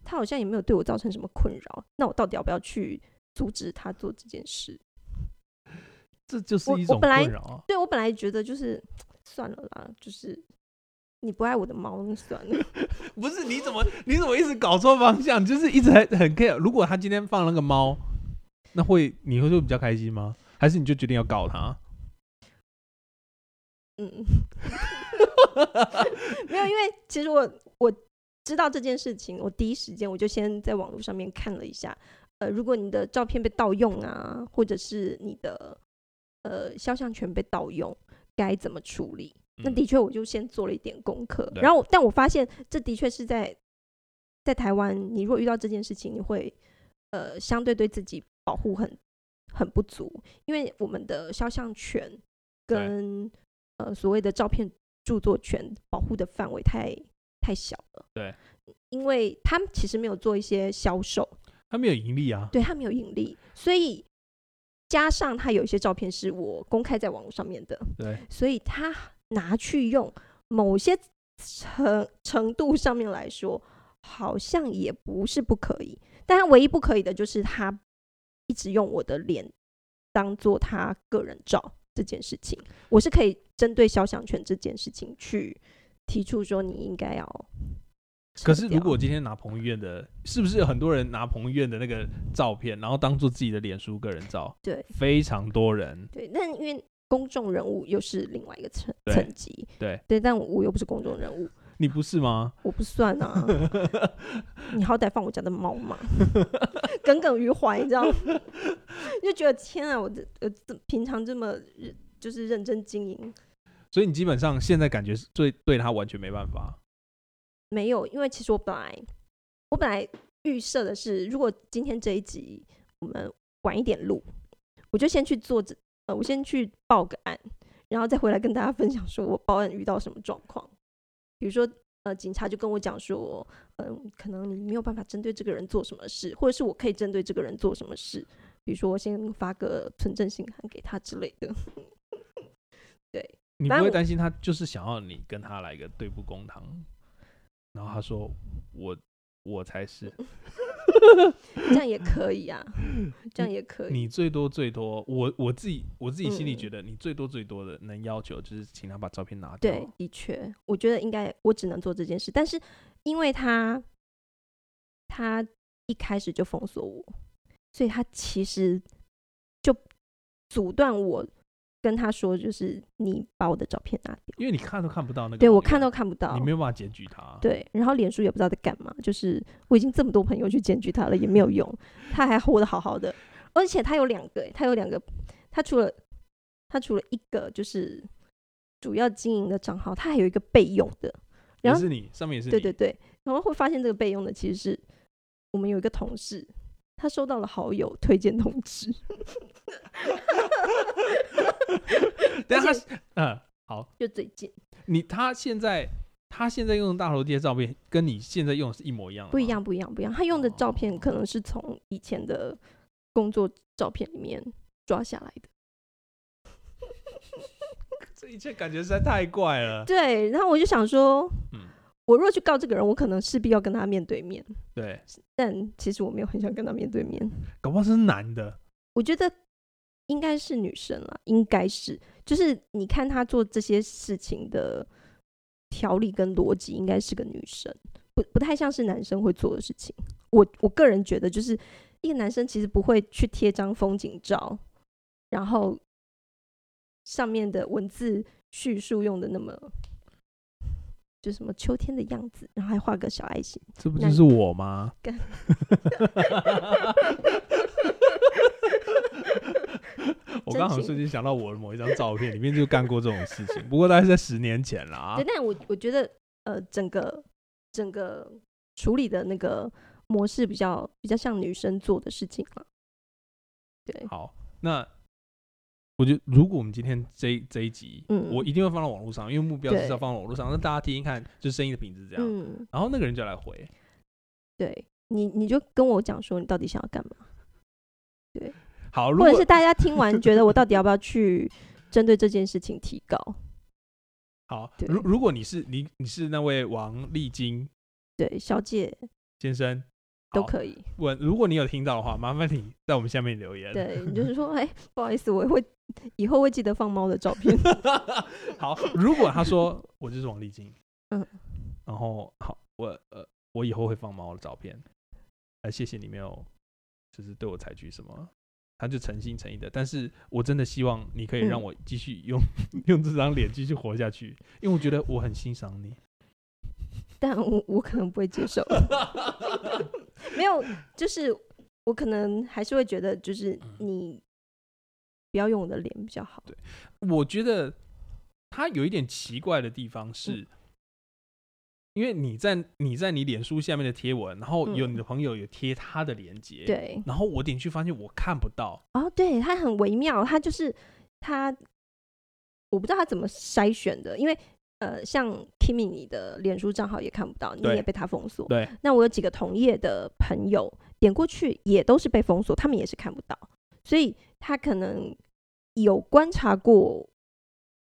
B: 他好像也没有对我造成什么困扰，那我到底要不要去阻止他做这件事？
A: 这就是
B: 我
A: 一
B: 我
A: 种
B: 本来
A: 困扰啊。
B: 对我本来觉得就是算了啦，就是你不爱我的猫，那算了。
A: 不是你怎么你怎么一直搞错方向？就是一直很很 care。如果他今天放了个猫，那会你会就比较开心吗？还是你就决定要告他？
B: 嗯， 没有，因为其实我我知道这件事情，我第一时间我就先在网络上面看了一下，呃，如果你的照片被盗用啊，或者是你的呃肖像权被盗用，该怎么处理？那
A: 嗯
B: 的确，我就先做了一点功课，
A: 对
B: 然后我但我发现这的确是在在台湾，你如果遇到这件事情，你会呃相对对自己保护很很不足，因为我们的肖像权
A: 对
B: 跟呃所谓的照片著作权保护的范围太太小了。
A: 对，
B: 因为他们其实没有做一些销售，
A: 他没有盈利啊。
B: 对他没有盈利，所以加上他有一些照片是我公开在网络上面的，
A: 对，
B: 所以他拿去用某些程程度上面来说，好像也不是不可以。但他唯一不可以的就是他一直用我的脸当做他个人照这件事情，我是可以针对肖像权这件事情去提出说你应该要撤
A: 可
B: 掉。
A: 是如果今天拿彭于晏的，是不是有很多人拿彭于晏的那个照片，然后当做自己的脸书个人照？
B: 对
A: 非常多人。
B: 对，但因为公众人物又是另外一个层
A: 对
B: 层级，
A: 对
B: 对，但我又不是公众人物，
A: 你不是吗？
B: 我不算啊，你好歹放我家的猫嘛， 耿耿于怀，你知道吗？ 就觉得天啊，我这我这平常这么认就是认真经营，
A: 所以你基本上现在感觉是对对他完全没办法。
B: 没有，因为其实我本来我本来预设的是，如果今天这一集我们晚一点录，我就先去做这呃，我先去报个案，然后再回来跟大家分享说我报案遇到什么状况，比如说。呃，警察就跟我讲说，嗯，可能你没有办法针对这个人做什么事，或者是我可以针对这个人做什么事，比如说我先发个存证信函给他之类的。
A: 你不
B: 反正
A: 会
B: 我
A: 担心他就是想要你跟他来个对簿公堂，然后他说我我才是
B: 这样也可以啊，这样也可以。啊
A: 你最多最多，我我自己我自己心里
B: 呃嗯
A: 觉得你最多最多的能要求就是请他把照片拿掉。
B: 对，的确，我觉得应该我只能做这件事，但是因为他他一开始就封锁我，所以他其实就阻断我跟他说，就是你把我的照片拿掉，
A: 因为你看都看不到那个网页，
B: 对我看都看不到
A: 你。没有办法检举他。
B: 对，然后脸书也不知道在干嘛，就是我已经这么多朋友去检举他了，也没有 用，他还活得好好的，而且他有两个欸，他有两个，他除了他除了一个就是主要经营的账号，他还有一个备用的，然
A: 也
B: 后
A: 是你上面也是你
B: 对对对，然后会发现这个备用的其实是我们有一个同事，他收到了好友推荐通知，
A: 但他
B: 而
A: 嗯，
B: 就最近
A: 你他现在他现在用的大头贴的照片跟你现在用的是一模一样的，
B: 不一样，。不一样，不一样，他用的照片可
A: 哦
B: 能是从以前的工作照片里面抓下来的。
A: 这一切感觉实在太怪了。
B: 对，然后我就想说，
A: 嗯
B: 我若去告这个人，我可能势必要跟他面对面，
A: 对，
B: 但其实我没有很想跟他面对面。
A: 搞不好是男的，
B: 我觉得应该是女生啦，应该是，就是你看她做这些事情的条理跟逻辑，应该是个女生，不不太像是男生会做的事情。我我个人觉得，就是一个男生其实不会去贴张风景照，然后上面的文字叙述用的那么。就什么秋天的样子，然后还画个小爱心，
A: 这不
B: 男
A: 就是我吗？
B: 干
A: 我刚好
B: 真情
A: 瞬间想到我的某一张照片，里面就干过这种事情，不过大概是在十年前了啊
B: 对，。但我我觉得呃，整个整个处理的那个模式比较比较像女生做的事情了。对，
A: 好，那我觉得如果我们今天这一这一集，
B: 嗯
A: 我一定会放到网络上，因为目标
B: 对
A: 是要放到网络上，那大家听听看，就是声音的品质这样。
B: 嗯，
A: 然后那个人就来回，
B: 对你你就跟我讲说你到底想要干嘛，
A: 好，如
B: 或
A: 果
B: 者是大家听完觉得我到底要不要 去针对这件事情提高？
A: 好，
B: 对
A: 如如果你是你你是那位王丽晶
B: 对，小姐
A: 先生，
B: 都
A: 好
B: 可以。
A: 问，如果你有听到的话，麻烦你在我们下面留言。
B: 对，你就是说，哎，不好意思，我会以后会记得放猫的照片。
A: 好，如果他说我就是王丽晶，
B: 嗯，
A: 然后好，我呃，我以后会放猫的照片，呃，谢谢你没有，就是对我采取什么，他就诚心诚意的，但是我真的希望你可以让
B: 嗯
A: 我继续用、 用这张脸继续活下去，因为我觉得我很欣赏你。
B: 但我我可能不会接受，没有，就是我可能还是会觉得，就是
A: 嗯
B: 你不要用我的脸比较好。
A: 我觉得他有一点奇怪的地
B: 嗯
A: 方是，因为你在你在你脸书下面的贴文，然后有
B: 嗯
A: 你的朋友有贴他的链接，
B: 对，
A: 然后我点去发现我看不到，
B: 哦，对，他很微妙，他就是他，我不知道他怎么筛选的，因为呃，像 Kimi 你的脸书账号也看不到，你
A: 对
B: 也被他封锁。
A: 对，
B: 那我有几个同业的朋友点过去也都是被封锁，他们也是看不到，所以他可能有观察过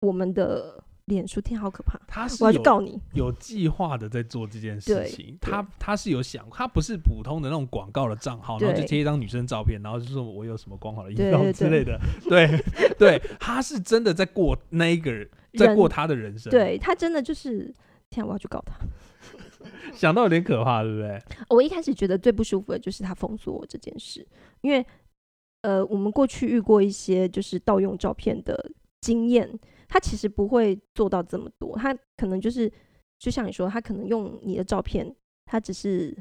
B: 我们的脸书，天好可怕！
A: 他是
B: 我要去
A: 有
B: 告你。
A: 有计划的在做这件事
B: 对
A: 情，
B: 对
A: 他他是有想，他不是普通的那种广告的账号，然后就
B: 对
A: 贴一张女生照片，然后就说我有什么光好的
B: 对
A: 阴道
B: 对
A: 之
B: 对
A: 类的，对对，他是真的在过那一个人，在
B: 人
A: 过他的人生，，
B: 对他真的就是，天、啊，我要去告他。
A: 想到有点可怕，对不对？
B: 我一开始觉得最不舒服的就是他封锁我这件事，因为呃，我们过去遇过一些就是盗用照片的经验，他其实不会做到这么多，他可能就是就像你说，他可能用你的照片，他只是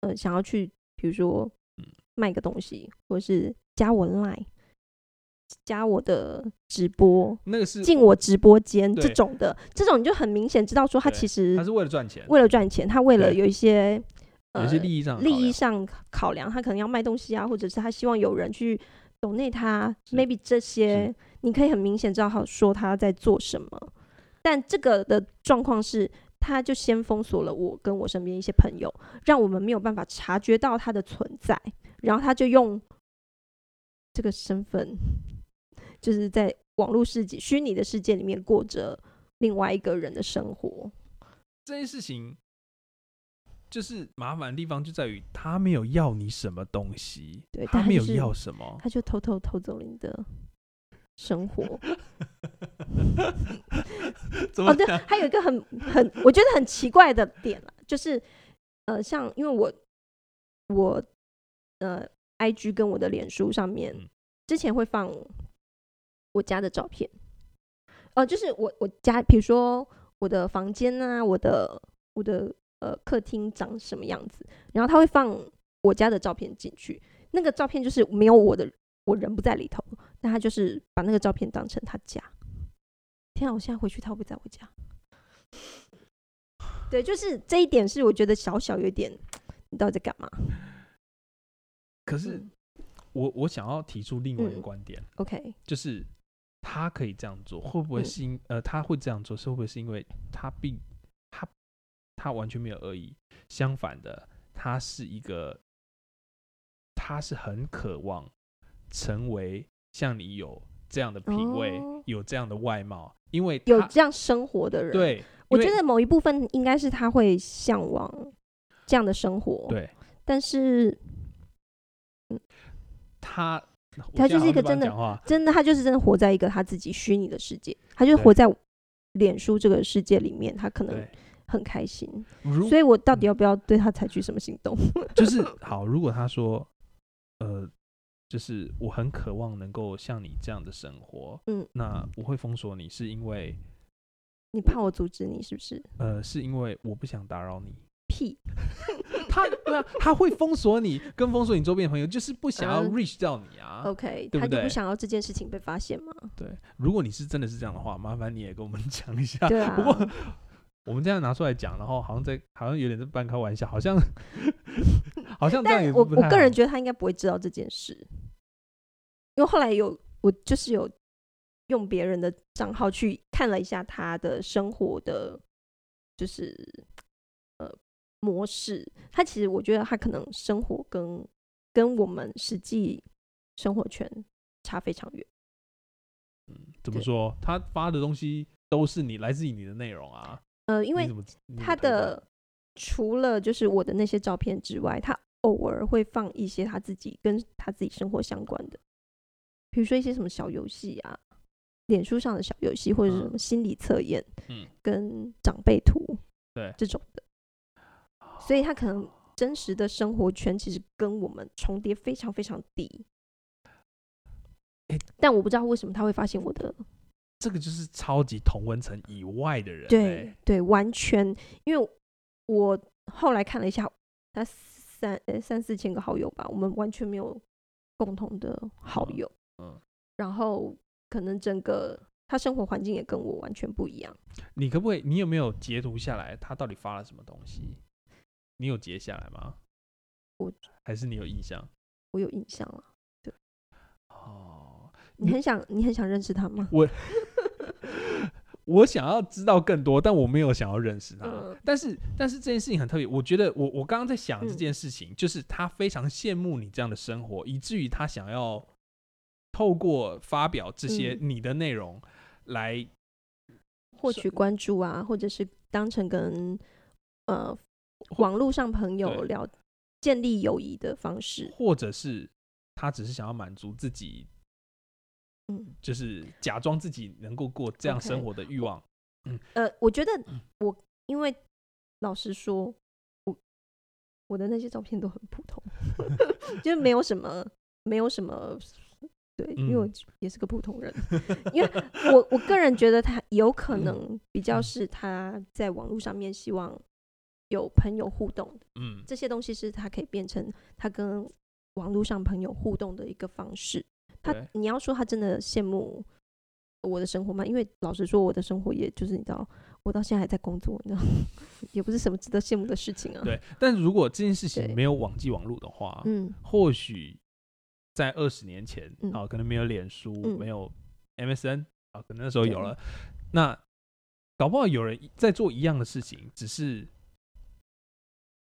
B: 呃想要去，比如说
A: 嗯
B: 卖个东西，或者是加我 line。加我的直播，
A: 那个是
B: 进我直播间
A: 对
B: 这种的，这种你就很明显知道说他
A: 对
B: 其实
A: 他是为了赚钱，
B: 为了赚钱，他为了
A: 对
B: 有一些
A: 有
B: 呃
A: 一些利益上的
B: 利
A: 考
B: 益
A: 量
B: 上考量，他可能要卖东西啊，或者是他希望有人去懂内他
A: 是
B: ，maybe 这些你可以很明显知道好说他在做什么。但这个的状况是，他就先封锁了我跟我身边一些朋友，让我们没有办法察觉到他的存在，然后他就用这个身份，就是在网络世界、虚拟的世界里面过着另外一个人的生活。
A: 这件事情，就是麻烦的地方就在于他没有要你什么东西，
B: 对
A: 他
B: 但他
A: 没有
B: 就是
A: 要什么，
B: 他就偷偷偷走了你的生活。
A: 怎
B: 哦，
A: 么
B: 对，
A: 讲？
B: 还有一个很很我觉得很奇怪的点了，就是呃，像因为我我呃，IG 跟我的脸书上面
A: 嗯
B: 之前会放我家的照片，呃，就是我我家，比如说我的房间啊，我的我的呃客厅长什么样子，然后他会放我家的照片进去，那个照片就是没有我的我人不在里头，那他就是把那个照片当成他家。天啊！我现在回去，他会不会在我家？对，就是这一点是我觉得小小有一点，你到底在干嘛？
A: 可是
B: 嗯
A: 我我想要提出另外一个
B: 嗯
A: 观点，
B: ，OK，
A: 就是他可以这样做，会不会
B: 嗯
A: 是因、呃他会这样做，是会不会是因为他并他他完全没有恶意，相反的，他是一个他是很渴望成为像你有这样的品味，
B: 哦
A: 有这样的外貌，因为
B: 有
A: 他
B: 这样生活的人，，
A: 对
B: 我
A: 因为
B: 觉得某一部分应该是他会向往这样的生活，
A: 对
B: 但是
A: 他，我
B: 他
A: 现在
B: 就是
A: 好像
B: 一个
A: 在
B: 真
A: 帮他
B: 的
A: 讲话，
B: 真的他就是真的活在一个他自己虚拟的世界，他就
A: 对
B: 活在脸书这个世界里面，他可能
A: 对，
B: 很开心。
A: 如
B: 所以我到
A: 嗯
B: 底要不要对他采取什么行动？
A: 就是好，如果他说，呃，就是我很渴望能够像你这样的生活，
B: 嗯，
A: 那我会封锁你，是因为
B: 你怕我阻止你是不是？
A: 呃，是因为我不想打扰你。
B: 屁！
A: 他对啊，他会封锁你，跟封锁你周边的朋友，就是不想要
B: 嗯
A: reach 到你啊。
B: OK，
A: 对不
B: 他就
A: 对
B: 不想要这件事情被发现嘛？
A: 对，如果你是真的是这样的话，麻烦你也跟我们讲一下。
B: 对啊
A: 不，过我们这样拿出来讲，然后好像在好像有点在半开玩笑，好像 好像这样
B: 但
A: 也
B: 我
A: 不
B: 我
A: 太
B: 个
A: 好
B: 人觉得他应该不会知道这件事，因为后来有我就是有用别人的账号去看了一下他的生活的，就是呃模式。他其实我觉得他可能生活跟跟我们实际生活圈差非常远。
A: 嗯怎么
B: 对
A: 说，他发的东西都是你来自于你的内容啊。
B: 呃，因
A: 你
B: 为
A: 怎么知你怎么
B: 他
A: 推断
B: 的除了就是我的那些照片之外，他偶尔会放一些他自己跟他自己生活相关的，比如说一些什么小游戏啊，脸书上的小游戏，或者是什
A: 嗯
B: 么心理测验，
A: 嗯，
B: 跟长辈图，
A: 对
B: 这种的，所以他可能真实的生活圈其实跟我们重叠非常非常低。
A: 诶
B: 但我不知道为什么他会发现我的
A: 这个就是超级同温层以外的人、欸，
B: 对对，完全，因为我后来看了一下，他三呃三四千个好友吧，我们完全没有共同的好
A: 嗯
B: 友，
A: 嗯
B: 然后可能整个他生活环境也跟我完全不一样。
A: 你可不可以？你有没有截图下来？他到底发了什么东西？你有截下来吗？
B: 我
A: 还是你有印象？
B: 我有印象了，
A: 哦，
B: 你
A: 你
B: 很想你很想认识他吗？
A: 我想要知道更多，但我没有想要认识他。
B: 嗯
A: 但是，但是这件事情很特别。我觉得我，我刚刚在想
B: 嗯
A: 这件事情，就是他非常羡慕你这样的生活，以至于他想要透过发表这些你的内容来、
B: 嗯获
A: 是
B: 取关注啊，或者是当成跟呃
A: 或
B: 网络上朋友
A: 对
B: 聊建立友谊的方式。
A: 或者是他只是想要满足自己，
B: 嗯，
A: 就是假装自己能够过这样
B: OK
A: 生活的欲望。
B: 呃，我觉得
A: 嗯
B: 我因为老实说，我我的那些照片都很普通， 就是没有什么，没有什么，对，因为我
A: 嗯
B: 也是个普通人， 因为我我个人觉得他有可能比较是他在网络上面希望有朋友互动的，
A: 嗯
B: 这些东西是他可以变成他跟网络上朋友互动的一个方式。他
A: 对
B: 你要说他真的羡慕我的生活吗？因为老实说，我的生活也就是你知道，我到现在还在工作，你知道， 也不是什么值得羡慕的事情啊。，
A: 对，啊但如果这件事情
B: 对
A: 没有网际网络的话，
B: 嗯
A: 或许在二十年前啊、
B: 嗯
A: 可能没有脸书，
B: 嗯
A: 没有 MSN 啊、可能那时候
B: 对
A: 有了。那搞不好有人在做一样的事情，只是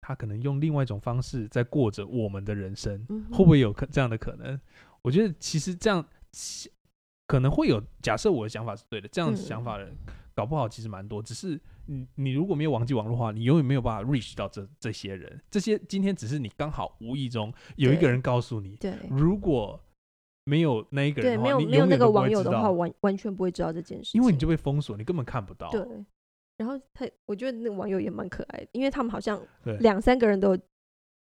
A: 他可能用另外一种方式在过着我们的人生，
B: 嗯哼，
A: 会不会有可这样的可能？我觉得其实这样其可能会有。假设我的想法是对的，这样的
B: 嗯
A: 想法的人、搞不好其实蛮多，只是你你如果没有网际网络的话，你永远没有办法 reach 到这这些人。这些今天只是你刚好无意中有一个
B: 对
A: 人告诉你，
B: 对
A: 如果没有那一个人
B: 对，
A: 的
B: 没
A: 话，
B: 有
A: 你
B: 没有
A: 永
B: 那
A: 远
B: 个
A: 都不
B: 网
A: 会
B: 友
A: 知
B: 的话，
A: 道，
B: 完完全不会知道这件事情，
A: 因为你就被封锁，你根本看不到。
B: 对。然后他，我觉得那个网友也蛮可爱的，因为他们好像
A: 对
B: 两三个人都有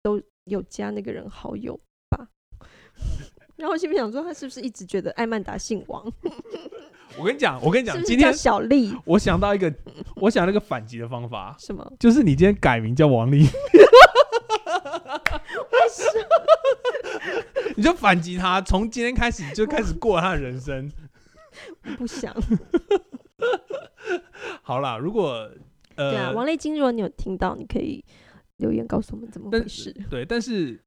B: 都有加那个人好友吧。 然后我心里想说，他是不是一直觉得艾曼达姓王？
A: 我跟你讲，我跟你
B: 是
A: 讲，
B: 不是
A: 今
B: 叫
A: 天
B: 小丽？
A: 我想到一个，我想到一个反击的方法，
B: 什么？
A: 就是你今天改名叫王丽。你就反击他，从今天开始你就开始过他的人生。
B: 不 想。
A: 好啦，如果呃，
B: 对啊，王丽晶，如果你有听到，你可以留言告诉我们怎么
A: 但
B: 回事。
A: 对，但是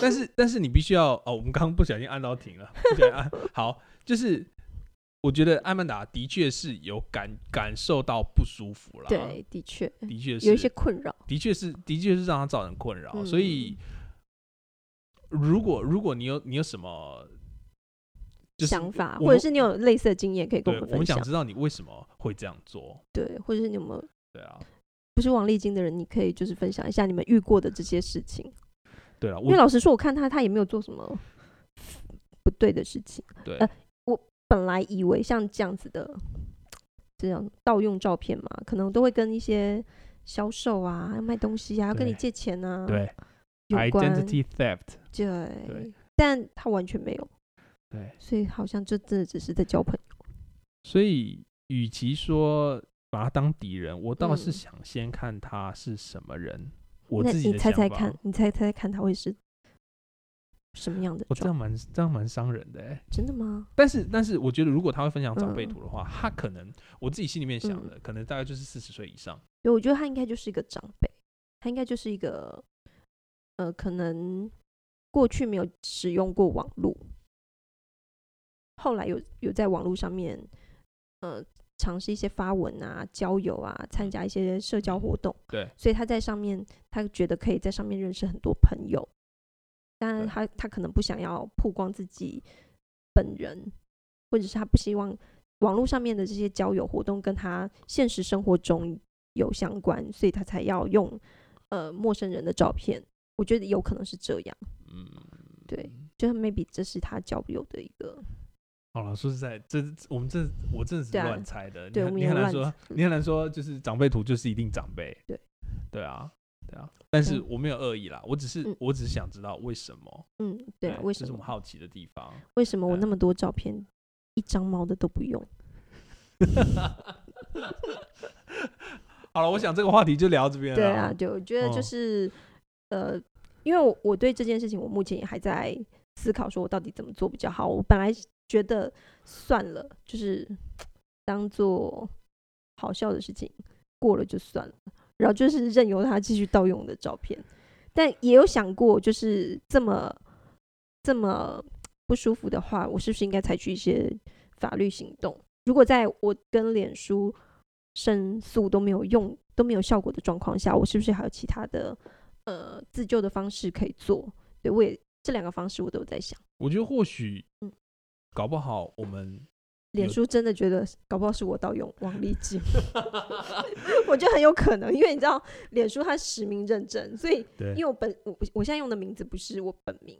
A: 但是但是你必须要哦，我们刚刚不小心按到停了，不小心按好，就是我觉得艾曼达的确是有感感受到不舒服啦，，
B: 对，的确
A: 的确啊是
B: 有一些困扰。
A: 的确是，的确是让他造成困扰。
B: 嗯
A: 所以，如果如果你有你有什么、就是、
B: 想法，或
A: 我
B: 者
A: 们
B: 是你有类似的经验，可以跟我
A: 对，
B: 们
A: 我
B: 分
A: 们想
B: 享。
A: 知道你为什么会这样做。
B: 对，或者是你有没有
A: 对啊，
B: 不是王丽晶的人，你可以就是分享一下你们遇过的这些事情。
A: 对啊，
B: 因为
A: 我
B: 老实说，我看他他也没有做什么不对的事情。
A: 对
B: 呃本来以为像这样子的这样盗用照片嘛，可能都会跟一些销售啊、卖东西啊、跟你
A: 对
B: 借钱啊
A: 对
B: 有关。
A: identity theft，
B: 对
A: 对
B: 但他完全没有，
A: 对，
B: 所以好像这真的只是在交朋友。
A: 所以与其说把他当敌人，我倒是
B: 嗯
A: 想先看他是什么人。我
B: 那
A: 自己
B: 你
A: 的
B: 猜
A: 想
B: 猜
A: 法哦
B: 看，，你猜猜看他会是什么样的
A: 我这
B: 状
A: 样蛮这样蛮伤人的、欸。
B: 真的吗？
A: 但是但是，我觉得如果他会分享长辈
B: 嗯
A: 图的话，他可能我自己心里面想的，可能大概就是四十岁以上。
B: 对，我觉得他应该就是一个长辈，他应该就是一个，呃，可能过去没有使用过网络，后来有有在网络上面，呃，尝试一些发文啊、交友啊、参加一些社交活动，
A: 嗯对，
B: 所以他在上面，他觉得可以在上面认识很多朋友，当然
A: 对
B: 他他可能不想要曝光自己本人，或者是他不希望网络上面的这些交友活动跟他现实生活中有相关，所以他才要用呃陌生人的照片。我觉得有可能是这样，
A: 嗯，
B: 对，就是 maybe 这是他交友的一个，
A: 好了，说实在，这我们这我真的是
B: 对啊
A: 乱猜的，
B: 对
A: 你
B: 我
A: 很
B: 们
A: 你
B: 也
A: 很难
B: 乱
A: 说
B: 猜，
A: 你很难说，就是长辈图就是一定长辈，
B: 嗯对，
A: 对啊，对啊，但是
B: 嗯
A: 我没有恶意啦，我只是
B: 嗯
A: 我只是想知道为什么，哎
B: 嗯，对啊，为
A: 这
B: 什
A: 是我
B: 么
A: 们？好奇的地方，
B: 为什么我
A: 对啊
B: 那么多照片，一张猫的都不用？
A: 好了，我想这个话题就聊到这边了，
B: 对啊，，对，我觉得
A: 哦
B: 就是、呃，因为我我对这件事情，我目前也还在思考，说我到底怎么做比较好。我本来觉得算了，就是当做好笑的事情过了就算了，然后就是任由他继续盗用我的照片。但也有想过，就是这么这么不舒服的话，我是不是应该采取一些法律行动？如果在我跟脸书申诉都没有用、都没有效果的状况下，我是不是还有其他的呃自救的方式可以做？对我也这两个方式我都有在想。
A: 我觉得或许
B: 嗯，
A: 搞不好我 们
B: 脸书真的觉得，搞不好是我盗用王立 基，我觉得很有可能，因为你知道，脸书它实名认证，所以
A: 对
B: 因为我本我我现在用的名字不是我本名，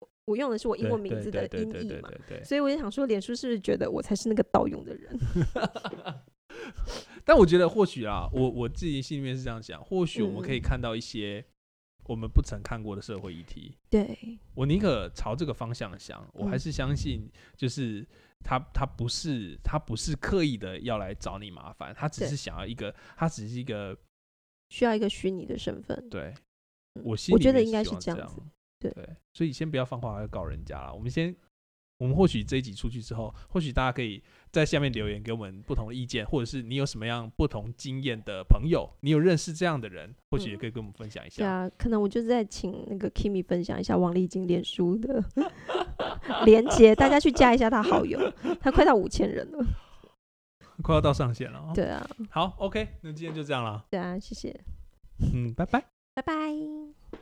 B: 我我用的是我英文名字的音译嘛，
A: 对。
B: 所以我就想说，脸书是不是觉得我才是那个盗用的人？
A: 但我觉得或许啊，我我自己心里面是这样想，或许我们
B: 嗯
A: 可以看到一些我们不曾看过的社会议题。
B: 对，
A: 我宁可朝这个方向想，我还
B: 嗯
A: 是相信，就是他他不是他不是刻意的要来找你麻烦，他只
B: 对
A: 是想要一个，他只是一个
B: 需要一个虚拟的身份。
A: 对
B: 嗯
A: 我心
B: 我
A: 里
B: 觉得
A: 面
B: 应该
A: 希
B: 是
A: 望
B: 这
A: 这
B: 样子。对
A: 所以先不要放话要告人家了，我们先。我们或许这一集出去之后，或许大家可以在下面留言给我们不同的意见，或者是你有什么样不同经验的朋友，你有认识这样的人，或许也
B: 嗯
A: 可以跟我们分享一
B: 对
A: 下。
B: 啊，可能我就在请那个 Kimi 分享一下王丽晶脸书的 连接，大家去加一下他好友，他快到五千人了。
A: 快要到上线了、哦。
B: 对啊，
A: 好，OK，那今天就这样了。
B: 对啊，谢谢，
A: 嗯，拜拜。
B: 拜拜。